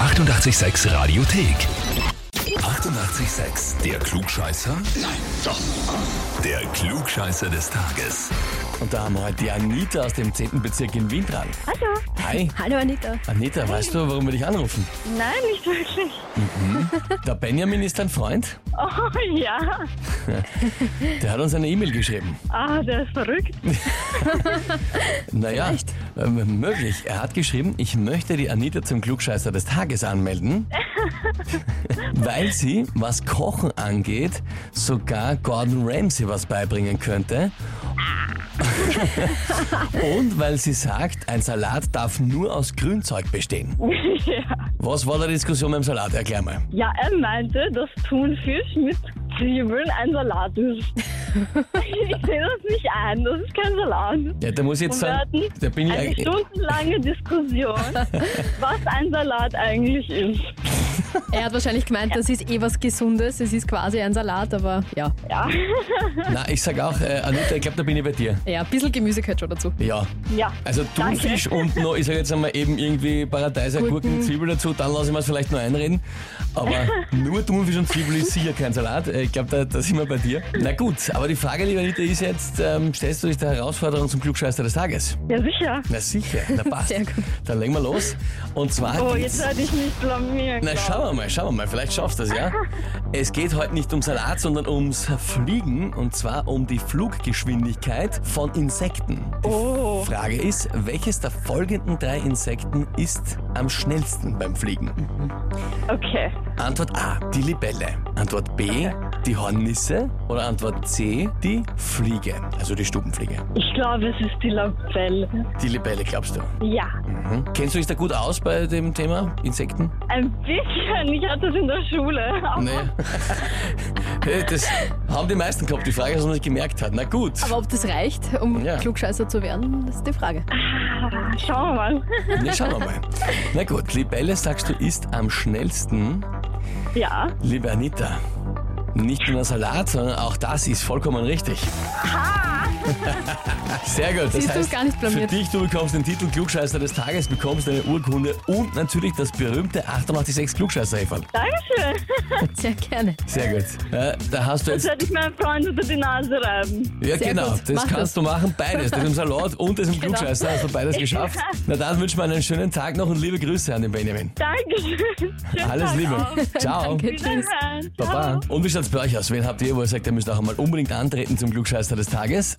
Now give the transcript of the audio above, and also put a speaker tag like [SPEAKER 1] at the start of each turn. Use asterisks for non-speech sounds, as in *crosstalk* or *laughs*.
[SPEAKER 1] 886 Radiothek. 88,6. Der Klugscheißer? Nein, doch. Der Klugscheißer des Tages.
[SPEAKER 2] Und da haben wir heute die Anita aus dem 10. Bezirk in Wien dran.
[SPEAKER 3] Hallo.
[SPEAKER 2] Hi.
[SPEAKER 3] Hallo Anita.
[SPEAKER 2] Anita, weißt du, warum wir dich
[SPEAKER 3] *laughs*
[SPEAKER 2] anrufen?
[SPEAKER 3] Nein, nicht wirklich.
[SPEAKER 2] Der Benjamin ist dein Freund.
[SPEAKER 3] Oh ja.
[SPEAKER 2] Der hat uns eine E-Mail geschrieben.
[SPEAKER 3] Ah, der ist verrückt.
[SPEAKER 2] Naja, ähm, möglich. Er hat geschrieben, ich möchte die Anita zum Klugscheißer des Tages
[SPEAKER 3] *laughs*
[SPEAKER 2] anmelden, weil sie, was Kochen angeht, sogar Gordon Ramsay was beibringen
[SPEAKER 3] *laughs*
[SPEAKER 2] könnte. Und weil sie sagt, ein Salat darf nur aus Grünzeug bestehen.
[SPEAKER 3] *laughs* ja.
[SPEAKER 2] Was war der Diskussion beim Salat? Erklär mal.
[SPEAKER 3] ja, er meinte, dass Thunfisch mit Zwiebeln ein Salat
[SPEAKER 2] *laughs*
[SPEAKER 3] ist. ich sehe das nicht ein, das ist kein Salat.
[SPEAKER 2] Ja, da muss ich jetzt
[SPEAKER 3] Und wir
[SPEAKER 2] sagen,
[SPEAKER 3] hatten
[SPEAKER 2] da bin ich
[SPEAKER 3] eine
[SPEAKER 2] eigentlich-
[SPEAKER 3] stundenlange Diskussion,
[SPEAKER 2] *laughs*
[SPEAKER 3] was ein Salat eigentlich ist.
[SPEAKER 4] Er hat wahrscheinlich gemeint, das ist eh was Gesundes, es ist quasi ein Salat, aber ja,
[SPEAKER 3] Ja,
[SPEAKER 2] Na, ich sag auch, äh, Anita, ich glaube, da bin ich bei dir.
[SPEAKER 4] ja ein bisschen Gemüse gehört schon dazu.
[SPEAKER 2] Ja.
[SPEAKER 3] ja.
[SPEAKER 2] Also
[SPEAKER 3] Danke.
[SPEAKER 2] Thunfisch und noch, ich sag jetzt einmal eben irgendwie Paradeiser, Gurken, Zwiebel dazu, dann lasse ich mir es vielleicht noch einreden.
[SPEAKER 3] *laughs*
[SPEAKER 2] Aber nur Thunfisch und Zwiebel ist sicher kein Salat. Äh, Ich glaube, da, da sind wir bei dir. Na gut, aber die Frage, liebe Anita, ist jetzt, ähm, stellst du dich der Herausforderung zum Klugscheißer des Tages?
[SPEAKER 3] Ja, sicher.
[SPEAKER 2] Na sicher,
[SPEAKER 3] *laughs*
[SPEAKER 2] na passt.
[SPEAKER 4] Sehr gut.
[SPEAKER 2] Dann legen wir los. Und zwar
[SPEAKER 3] Oh,
[SPEAKER 2] geht's-
[SPEAKER 3] jetzt werde ich mich blamieren.
[SPEAKER 2] Na,
[SPEAKER 3] glaub.
[SPEAKER 2] schauen wir mal, schauen wir mal. Vielleicht schaffst du es,
[SPEAKER 3] *laughs*
[SPEAKER 2] ja? Es geht heute nicht um Salat, sondern ums Fliegen und zwar um die Fluggeschwindigkeit von Insekten. Die
[SPEAKER 3] Oh.
[SPEAKER 2] Frage ist, welches der folgenden drei Insekten ist am schnellsten beim Fliegen?
[SPEAKER 3] Okay.
[SPEAKER 2] Antwort A, die Libelle. Antwort B, die Hornisse. Oder Antwort C, die Fliege, also die Stubenfliege.
[SPEAKER 3] Ich glaube, es ist die Labelle.
[SPEAKER 2] Die Libelle, glaubst du?
[SPEAKER 3] Ja.
[SPEAKER 2] Mhm. Kennst du dich da gut aus bei dem Thema Insekten?
[SPEAKER 3] Ein bisschen. Ich hatte es in der Schule.
[SPEAKER 2] *laughs*
[SPEAKER 3] Aber
[SPEAKER 2] Nee. Das haben die meisten gehabt, die Frage, dass man es gemerkt hat. Na gut.
[SPEAKER 4] Aber ob das reicht, um
[SPEAKER 2] Ja.
[SPEAKER 4] Klugscheißer zu werden, das ist die Frage.
[SPEAKER 3] Schauen wir mal. *laughs*
[SPEAKER 2] Ja, schauen wir mal. Na gut, Libelle, sagst du, ist am schnellsten.
[SPEAKER 3] Ja.
[SPEAKER 2] Liebe Anita, nicht nur Salat, sondern auch das ist vollkommen richtig. *laughs* Sehr gut, das
[SPEAKER 4] Siehst du,
[SPEAKER 2] heißt,
[SPEAKER 4] gar nicht blamiert.
[SPEAKER 2] für dich, du bekommst den Titel Klugscheißer des Tages, bekommst eine Urkunde und natürlich das berühmte 886 klugscheißer -Häferl. *laughs*
[SPEAKER 3] Dankeschön.
[SPEAKER 4] Sehr gerne.
[SPEAKER 2] Sehr gut. Äh, da hast du
[SPEAKER 3] Das
[SPEAKER 4] *laughs*
[SPEAKER 2] jetzt,
[SPEAKER 3] werde ich meinem Freund unter die Nase reiben.
[SPEAKER 2] ja
[SPEAKER 4] sehr
[SPEAKER 2] genau,
[SPEAKER 4] gut,
[SPEAKER 2] das
[SPEAKER 4] mach
[SPEAKER 2] kannst
[SPEAKER 4] das.
[SPEAKER 2] du machen, beides, das im Salat und das im
[SPEAKER 4] *laughs* Genau.
[SPEAKER 2] Klugscheißer, hast du
[SPEAKER 4] *laughs*
[SPEAKER 2] beides geschafft. Na dann wünschen wir einen schönen Tag noch und liebe Grüße an den Benjamin.
[SPEAKER 3] Dankeschön. Schönen
[SPEAKER 2] Alles
[SPEAKER 3] Tag
[SPEAKER 2] Liebe.
[SPEAKER 3] auch.
[SPEAKER 2] Ciao.
[SPEAKER 4] Danke, tschüss.
[SPEAKER 3] Wiederhören.
[SPEAKER 2] Baba. Und wie schaut's bei euch aus? Wen habt ihr, wo ihr sagt, ihr müsst auch einmal unbedingt antreten zum Glückscheißer des Tages?